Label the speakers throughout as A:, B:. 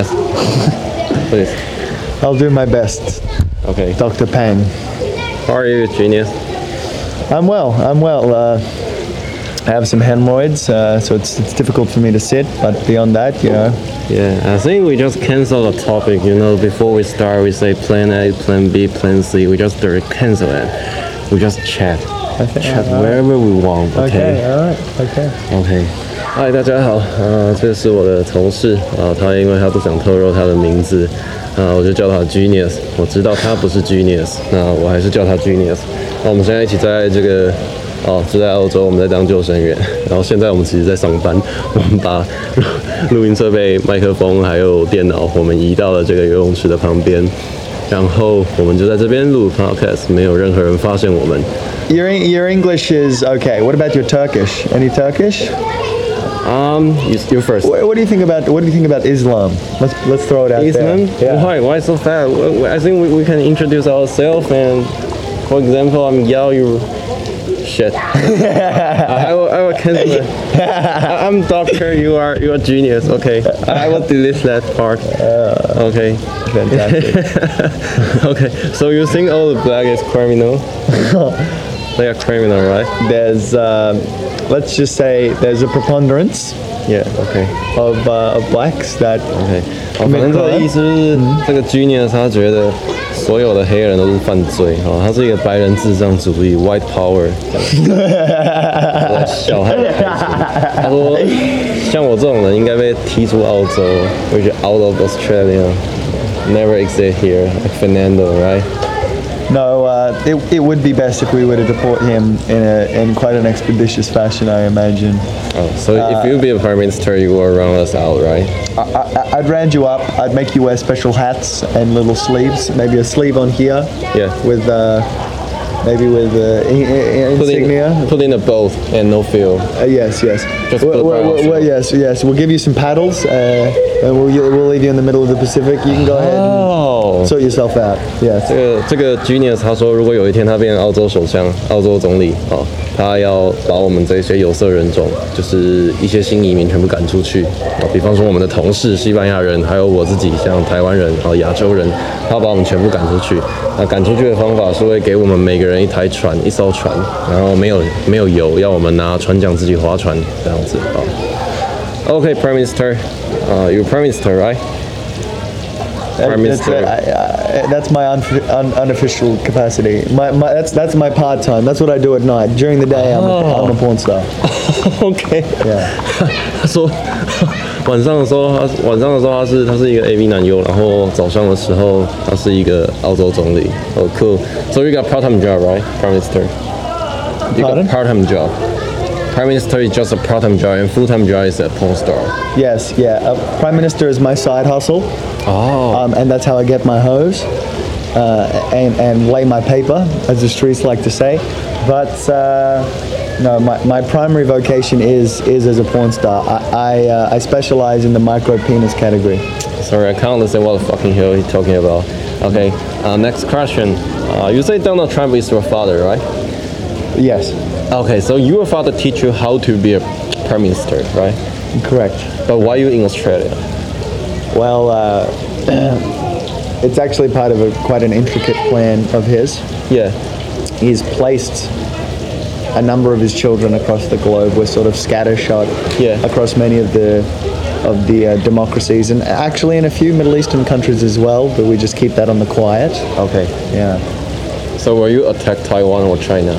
A: Please.
B: I'll do my best,
A: Okay.
B: Dr. Pang.
A: How are you, genius?
B: I'm well. I'm well. Uh, I have some hemorrhoids, uh, so it's, it's difficult for me to sit. But beyond that, you know,
A: Yeah, I think we just cancel the topic. You know, before we start, we say plan A, plan B, plan C. We just uh, cancel it. We just chat, chat wherever we want. Uh-huh. Okay.
B: all right, okay.
A: OK。嗨，大家好，呃，这是我的同事，啊、他因为他不想透露他的名字，啊、我就叫他 Genius。我知道他不是 Genius，那我还是叫他 Genius。那、我们现在一起在这个。哦，就在欧洲，我们在当救生员，然后现在我们其实在上班， 我们把录录音设备、麦克风还有电脑，我们移到了这个游泳池的旁边，然后我们就在这边录 podcast，没有任何人发现我们。
B: Your Eng- your English is okay. What about your Turkish? Any Turkish?
A: Um, you, you first.
B: What, what do you think about what do you think about Islam? Let's let's throw it out
A: Islam?
B: there. Yeah.
A: Why? Why so fast? W- w- I think we, we can introduce ourselves and, for example, I'm Yao. You, shit. I, I will. I will cancel. it. I, I'm doctor. You are. You are genius. Okay. I will delete that part. Okay.
B: Fantastic.
A: okay. So you think all the black is criminal? they are criminal, right?
B: There's um, let's just say there's a preponderance
A: Yeah. Okay.
B: of uh, of blacks that
A: OK，好，反正这个意思就是，这个 Genius 他觉得所有的黑人都是犯罪，哦，他是一个白人至上主义 （White Power） 这样。我在笑他很开心，他说，像我这种人应该被踢出澳洲，which is out of Australia，never exist here，like Fernando，right？
B: No, uh, it, it would be best if we were to deport him in, a, in quite an expeditious fashion, I imagine.
A: Oh, so if you be a prime minister, you will round us out, right?
B: I, I, I'd round you up. I'd make you wear special hats and little sleeves. Maybe a sleeve on here.
A: Yeah.
B: With uh, maybe with uh, in, in,
A: Put
B: insignia.
A: in, put in a boat and no fuel.
B: Uh, yes, yes.
A: Just
B: We'll-
A: put
B: we'll-
A: around
B: we'll-
A: you.
B: we'll- yes, yes. We'll give you some paddles, uh, and we'll, we'll leave you in the middle of the Pacific. You can go ahead and
A: 哦
B: sort yourself out. Yes.
A: 这个呃这个 Genius 他说，如果有一天他变成澳洲首相、澳洲总理，哦，他要把我们这些有色人种，就是一些新移民全部赶出去。哦，比方说我们的同事西班牙人，还有我自己，像台湾人、哦亚洲人，他要把我们全部赶出去。那赶出去的方法是会给我们每个人一台船、一艘船，然后没有没有油，要我们拿船桨自己划船这样子。哦 OK，Prime、Minister，呃、y o u Prime Minister，right？Prime
B: That's,
A: Minister.
B: I- I- that's my unf- un- unofficial capacity. My, my, that's, that's my part time. That's what I do at night. During the day, I'm,
A: Oh.
B: a, I'm a porn star.
A: OK，
B: Yeah.
A: 他说 晚上的时候，他是晚上的时候他是他是一个 AV 男优，然后早上的时候他是一个澳洲总理。哦、oh,，cool。So you got part-time job, right, Prime Minister? You got
B: Pardon?
A: part-time job. Prime Minister is just a part-time job, and full-time job is a porn star.
B: Yes, yeah. Uh, Prime Minister is my side hustle,
A: 哦、
B: um, and that's how I get my hose uh, and, and lay my paper, as the streets like to say. But uh, no, my, my primary vocation is, is as a porn star. I, I, uh, I specialize in the micro penis category.
A: Sorry, I can't understand what the fucking hell he's talking about. Okay, uh, next question. Uh, you say Donald Trump is your father, right?
B: Yes,
A: Okay, so your father teach you how to be a prime minister, right?
B: correct.
A: But why you in Australia?
B: Well, uh, it's actually part of a quite an intricate plan of his.
A: Yeah.
B: He's placed a number of his children across the globe. We're sort of scattershot
A: Yeah.
B: across many of the of the uh, democracies, and actually in a few Middle Eastern countries as well. But we just keep that on the quiet.
A: Okay.
B: Yeah,
A: So will you attack Taiwan or China?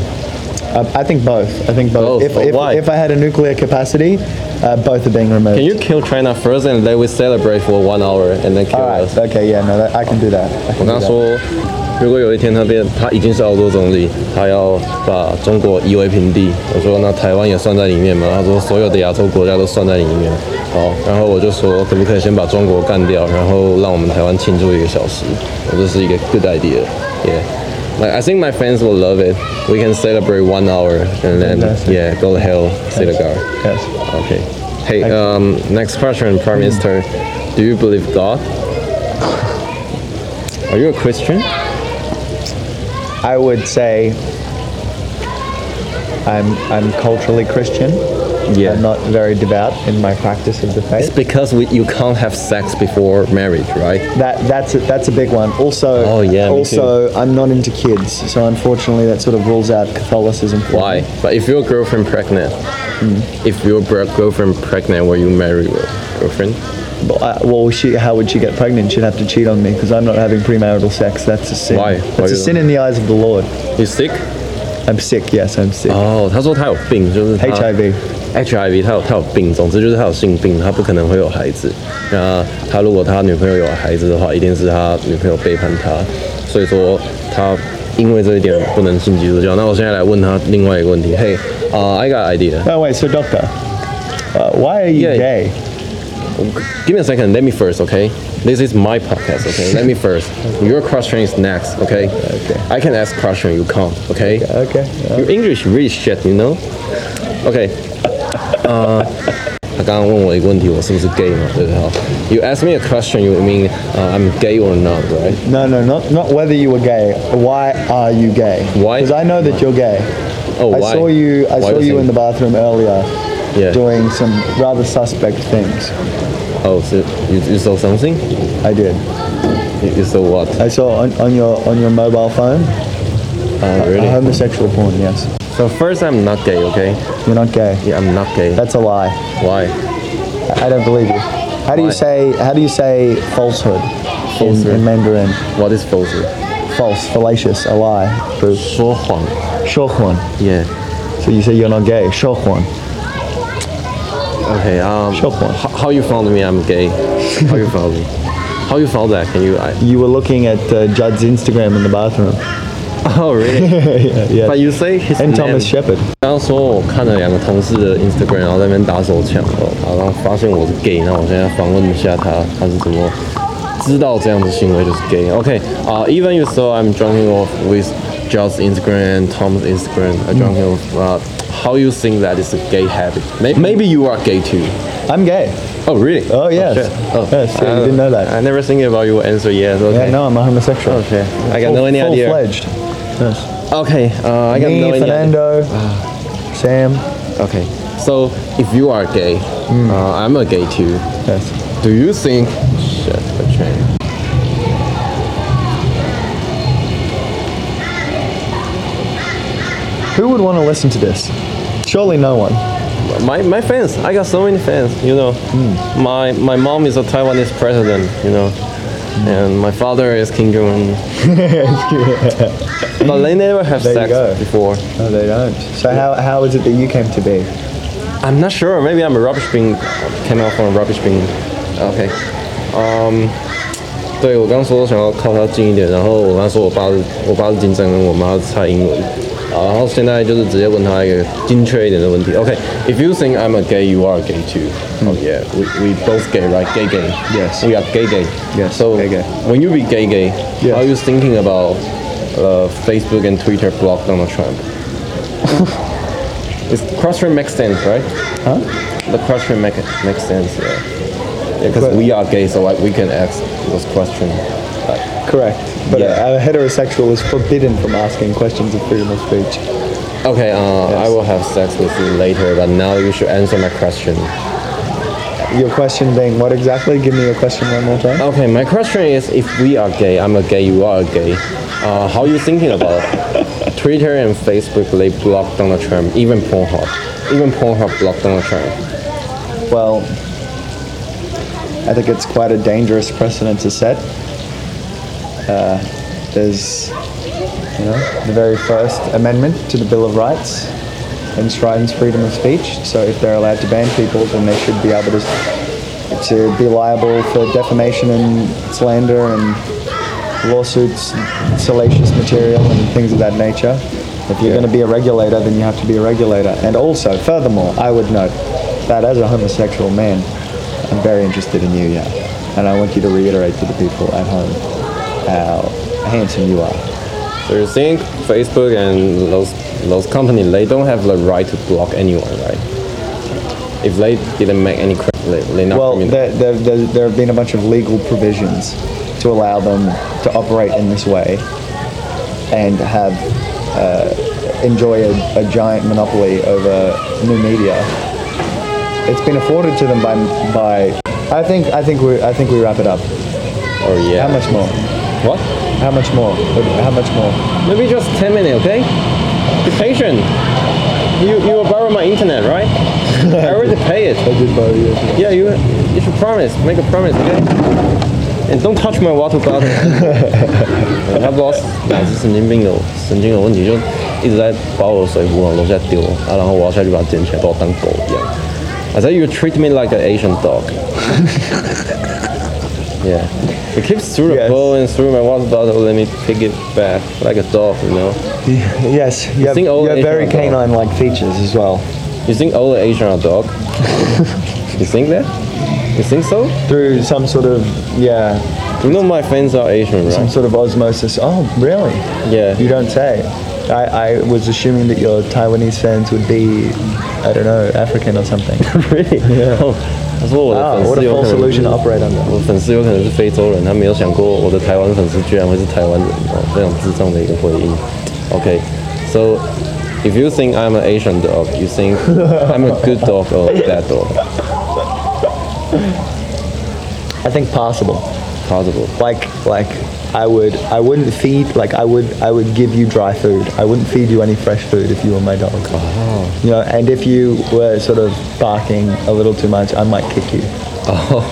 B: I, I think both. I think both.
A: Both,
B: if,
A: but
B: if,
A: why?
B: if I had a nuclear capacity, uh, both are being removed.
A: Can you kill China first and then we celebrate for one hour and then kill
B: All right.
A: us?
B: Okay. Yeah. No. That, I can do that. I
A: 我跟
B: can do
A: 他
B: that.
A: 说，如果有一天他变，他已经是澳洲总理，他要把中国夷为平地。我说那台湾也算在里面吗？他说所有的亚洲国家都算在里面。好，然后我就说可不可以先把中国干掉，然后让我们台湾庆祝一个小时？我这是一个 good idea。Yeah. Like, I think my fans will love it. We can celebrate one hour and then,
B: Fantastic.
A: yeah, go to hell, see the guard.
B: Yes.
A: Okay. Hey, um, next question, Prime Minister. Do you believe God? Are you a Christian?
B: I would say I'm I'm culturally Christian.
A: Yeah.
B: I'm not very devout in my practice of the faith.
A: It's because we, you can't have sex before marriage, right?
B: That that's a, that's a big one. Also,
A: Oh, yeah, me
B: Also, I'm not into kids, so unfortunately, that sort of rules out Catholicism. for me.
A: Why? But if your girlfriend pregnant, if your bro- girlfriend pregnant, will you marry your girlfriend?
B: But, uh, well, she how would she get pregnant? She'd have to cheat on me because I'm not having premarital sex. That's a sin.
A: Why? Why
B: That's a
A: you-
B: sin in the eyes of the Lord.
A: You sick?
B: I'm sick. Yes, I'm sick.
A: 哦，他说他有病，就是他
B: HIV
A: HIV，他有他有病，总之就是他有性病，他不可能会有孩子。那他如果他女朋友有孩子的话，一定是他女朋友背叛他，所以说他因为这一点不能信基督教。那我现在来问他另外一个问题，嘿，啊、i got idea。
B: No, Oh, wait. So, doctor, uh, why are you
A: Yeah.
B: gay?
A: Give me a second. Let me first, okay? This is my podcast, okay? Let me first. Your question is next, okay?
B: Okay.
A: I can ask question. You can't, okay?
B: Okay. uh,
A: Your English really shit, you know? Okay. Uh, 他刚刚问我一个问题，我是不是 gay 嘛？对不对好？You ask me a question, you mean、uh, I'm gay or not, right?
B: no, no, not not whether you were gay. Why are you gay?
A: Why?
B: Because I know that you're gay.
A: Oh,
B: I
A: why?
B: saw you. I
A: Why
B: saw
A: does
B: you
A: he-
B: in the bathroom earlier,
A: Yeah.
B: doing some rather suspect things.
A: Oh, so you, you saw something?
B: I did.
A: You, you saw what?
B: I saw on, on your on your mobile phone
A: Oh,
B: a
A: really?
B: homosexual porn. Yes,
A: So first, I'm not gay, okay?
B: you're not gay.
A: Yeah, I'm not gay.
B: That's a lie.
A: Why?
B: I I don't believe you. How do you
A: Why?
B: say how do you say falsehood, in,
A: Falsehood.
B: in Mandarin?
A: What is falsehood?
B: False, fallacious, a lie.
A: 说谎。
B: Shokhun.
A: Yeah.
B: So you say you're not gay. Shokhun.
A: Okay. Um.
B: Sure.
A: How, how you found me? I'm gay. How you found me? How you found that? Can you? I,
B: You were looking at uh, Judd's Instagram in the bathroom.
A: oh, really?
B: yeah, yeah.
A: But you say his
B: and
A: name.
B: Thomas Shepard.
A: 刚刚说我看了两个同事的 Instagram，然后在那边打手枪，哦然后发现我是 gay，那我现在访问一下他，他是怎么知道这样的行为就是 gay。OK，啊、e v e n you saw I'm drunken off with John's Instagram and Tom's Instagram, I drunken off. Uh, how you think that is a gay habit? May- Maybe you are gay too.
B: I'm gay.
A: Oh, really?
B: Oh, yes.
A: shit.
B: Yes, yeah, you
A: I-
B: didn't know that.
A: I never think about your answer. Yes. Okay.
B: Yeah, no, I'm a homosexual.
A: Okay. I got no
B: Full-
A: any idea.
B: Full-fledged. Yes.
A: Okay. Uh, I got
B: Me,
A: no any idea. Ah.
B: Fernando, Sam.
A: Okay. So if you are gay,
B: Mm.
A: uh, I'm a gay too.
B: Yes.
A: Do you think? Shit, the train.
B: Who would want to listen to this? Surely no one.
A: My my fans. I got so many fans. You know. My my mom is a Taiwanese president. You know. And my father is King Jong Un. but they never have
B: There you go.
A: sex before.
B: No, they don't. So how, how is it that you came to be?
A: I'm not sure. Maybe I'm a rubbish bin. Came out from a rubbish bin. OK. 嗯、对我刚刚说想要靠他近一点，然后我刚说我爸是我爸是金正恩，我妈是蔡英文。啊，然后现在就是直接问他一个精确一点的问题。OK，if、you think I'm a gay, you are a gay too. Oh yeah, we we both gay, right? Gay gay.
B: Hmm. Yes.
A: We are gay gay.
B: Yes,
A: So
B: gay, gay.
A: when you be gay gay,
B: Yes.
A: how are you thinking about uh, Facebook and Twitter block Donald Trump? It's crossfit makes sense, right?
B: Huh?
A: The question make makes sense, yeah. Because
B: But-
A: we are gay, so like we can ask those questions. Like,
B: Correct. But
A: Yeah.
B: a, a heterosexual is forbidden from asking questions of freedom of speech.
A: okay, uh, I
B: Yes.
A: will have sex with you later, but now you should answer my question.
B: Your question being what exactly? Give me your question one more time.
A: Okay, my question is: If we are gay, I'm a gay, you are a gay. Uh, how you thinking about Twitter and Facebook? They block Donald Trump, even Pornhub, even Pornhub blocked Donald Trump.
B: Well, I think it's quite a dangerous precedent to set. Uh, there's, you know, the very first amendment to the Bill of Rights enshrines freedom of speech. So if they're allowed to ban people, then they should be able to, to be liable for defamation and slander and lawsuits, salacious material, and things of that nature. If you're
A: Yeah.
B: going to be a regulator, then you have to be a regulator. And also, furthermore, I would note that as a homosexual man, I'm very interested in you, yeah. And I want you to reiterate to the people at home how handsome you are.
A: So you think Facebook and those those company they don't have the right to block anyone, right? If they didn't make any crap, they they not
B: Well,
A: communi-
B: there, there, there, there have been a bunch of legal provisions to allow them to operate in this way and have uh, enjoy a, a giant monopoly over new media it's been afforded to them by by. I think I think we I think we wrap it up.
A: Or yeah.
B: How much more?
A: What?
B: How much more? How much more?
A: Maybe just 10 minutes, okay? Be patient. You you will borrow my internet, right? I already pay it.
B: I did borrow yours.
A: Yeah, you you should promise. Make a promise, okay? And don't touch my water bottle. 他不知道哪只神经病有神经有问题，就一直在把我的水壶往楼下丢啊，然后我要下去把它捡起来，把我当狗一样。I said you treat me like an Asian dog. yeah, it keeps through the
B: Yes.
A: bowl and through my water bottle. Let me pick it back like a dog, you know.
B: Yes, you have,
A: think all
B: you have
A: Asian
B: very
A: are dull.
B: canine-like features as well.
A: You think all the Asian are dog? you think that? You think so?
B: Through some sort of yeah,
A: You know my friends are Asian, right?
B: some sort of osmosis. Oh, really?
A: Yeah.
B: You don't say. I, I was assuming that your Taiwanese fans would be, I don't know, African or something.
A: Really? Oh, 他说我的
B: Ah,
A: 粉
B: what
A: 丝
B: a
A: 有
B: false
A: 可能是
B: illusion to operate under.
A: 我的粉丝有可能是非洲人，他没有想过我的台湾粉丝居然会是台湾人哦，非常智障的一个回应。OK，so、if you think I'm an Asian dog, you think I'm a good dog or a bad dog?
B: I think possible.
A: Possible.
B: Like like I would I wouldn't feed like I would I would give you dry food. I wouldn't feed you any fresh food if you were my dog.
A: Oh,
B: You know, and if you were sort of barking a little too much, I might kick you.
A: Oh.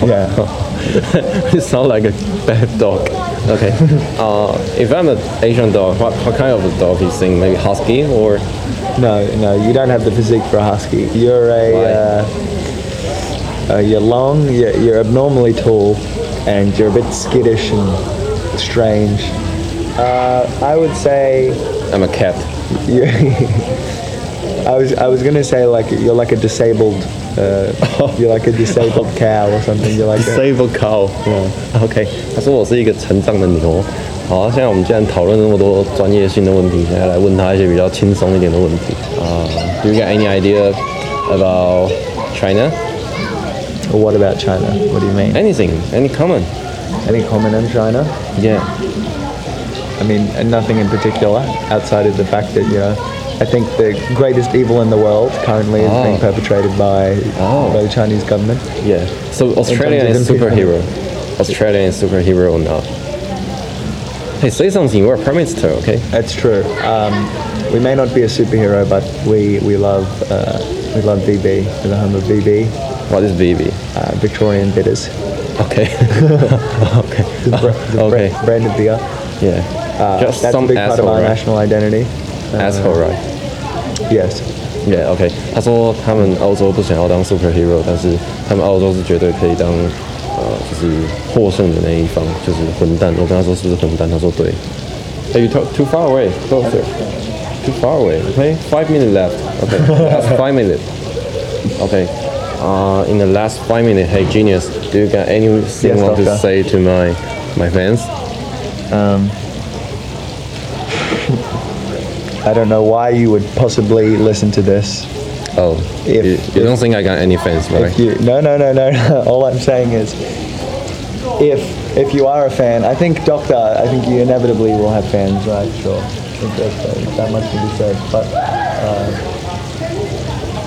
B: Yeah.
A: you sound like a bad dog. Okay. Uh, if I'm an Asian dog, what, what kind of a dog you think? Maybe husky or
B: No, no, you don't have the physique for a husky. You're a,
A: Why?
B: uh, uh, you're long, you're, you're abnormally tall, and you're a bit skittish and strange. Uh, I would say,
A: I'm a cat.
B: you I was, I was gonna say like you're like a disabled, uh, you're like a disabled cow or something. You're like a,
A: Save a cow. OK，他说我是一个成长的牛。好、啊，现在我们既然讨论那么多专业性的问题，现在来问他一些比较轻松一点的问题啊。do you got any idea about China?
B: what about China? What do you mean?
A: Anything? Any comment?
B: Any comment on China?
A: Yeah.
B: I mean, and nothing in particular outside of the fact that, you know, I think the greatest evil in the world currently is being
A: Oh.
B: perpetrated by,
A: Oh.
B: by the Chinese government.
A: Yeah. So Australia
B: terms
A: is
B: of
A: superhero. Australia is superhero or not? Hey, say something. We're prime minister, okay?
B: That's true. Um, we may not be a superhero, but we, we love uh, we love VB. We're the home of VB,
A: What is BB?
B: uh, Victorian bitters.
A: Okay. okay.
B: The, br- the
A: okay.
B: br- brand of beer.
A: Yeah.
B: Uh,
A: Just
B: that's
A: some
B: a big part of
A: asshole,
B: our
A: right?
B: national identity.
A: Asshole, right?
B: Yes.
A: Yeah, OK。他说他们澳洲不想要当 superhero，但是他们澳洲是绝对可以当呃，就是获胜的那一方，就是混蛋。我跟他说是不是混蛋？他说对。Hey, you talk too far away, closer. Too far away. Okay, five minutes left. Okay, last five minutes. Okay. Uh, in the last five minutes, hey genius, do you got anything
B: Yes,
A: want to
B: doctor.
A: say to my my fans?
B: I don't know why you would possibly listen to this.
A: Oh,
B: If-
A: you, you don't think I got any fans, right?
B: If you, no, no, no, no, no. All I'm saying is, if if you are a fan, I think Doctor, I think you inevitably will have fans, right? Sure, I think that's, uh, that much can be said. But uh,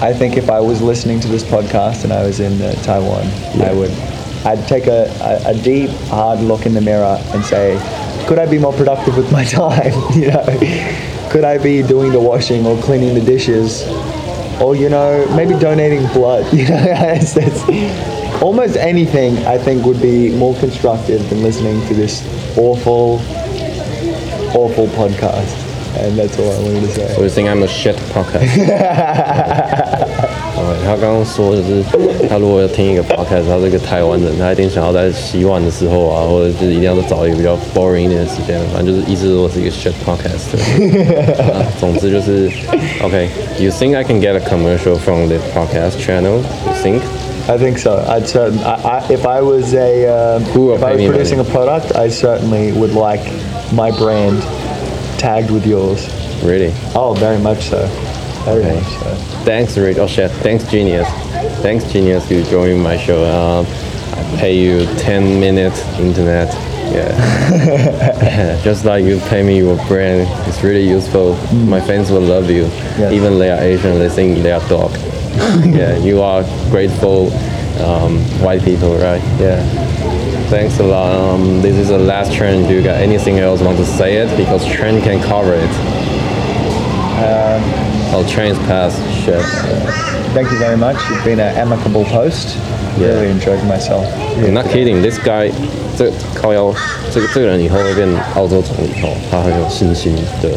B: I think if I was listening to this podcast and I was in uh, Taiwan, I would, I'd take a, a, a deep, hard look in the mirror and say, could I be more productive with my time? you know. Could I be doing the washing or cleaning the dishes? or you know maybe donating blood you know it's, it's almost anything i think would be more constructive than listening to this awful awful podcast and that's all i wanted to say
A: So you think I'm a shit podcast？哦，他刚刚说就是，他如果要听一个 podcast，他是一个台湾人，他一定想要在洗碗的时候啊，或者是一定要找一个比较 boring 一点的时间，反正就是意思是我是一个 shit podcast。啊总之就是，OK，you、think I can get a commercial from the podcast channel？You think？
B: i think so i'd certain I, I, if i was a um,
A: Who will
B: if i
A: pay
B: was
A: me
B: producing
A: money?
B: a product i certainly would like my brand tagged with yours
A: Really？
B: oh very much so very
A: Okay.
B: much so
A: Thanks, Rick. Oh, shit. Thanks, Genius. Thanks, Genius, you joining my show. Um, I pay you 10 minutes internet. Yeah. Just like you pay me your brand. It's really useful. My fans will love you.
B: Yes.
A: Even they are Asian, they think they are dog. yeah, you are grateful um, white people, right? Yeah. Thanks a lot. Um, this is the last trend. Do you got anything else want to say it? Because trend can cover it. oh, trains pass. Shit.
B: Thank you very much. You've been an amicable host. Really enjoyed myself.
A: You're not kidding. This guy. 这靠腰，这个这个人以后会变澳洲总理哦，他很有信心的。对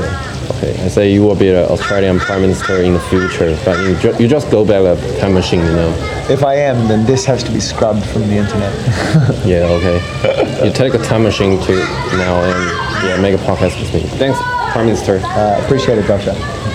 A: ，yeah. Okay, I say you will be the Australian Prime Minister in the future, but you, ju- you just go back a time machine, you know.
B: If I am, then this has to be scrubbed from the internet.
A: Yeah, okay. you take a time machine to now and yeah, make a podcast with me. Thanks, Prime Minister.
B: Uh, appreciate it, Gosha.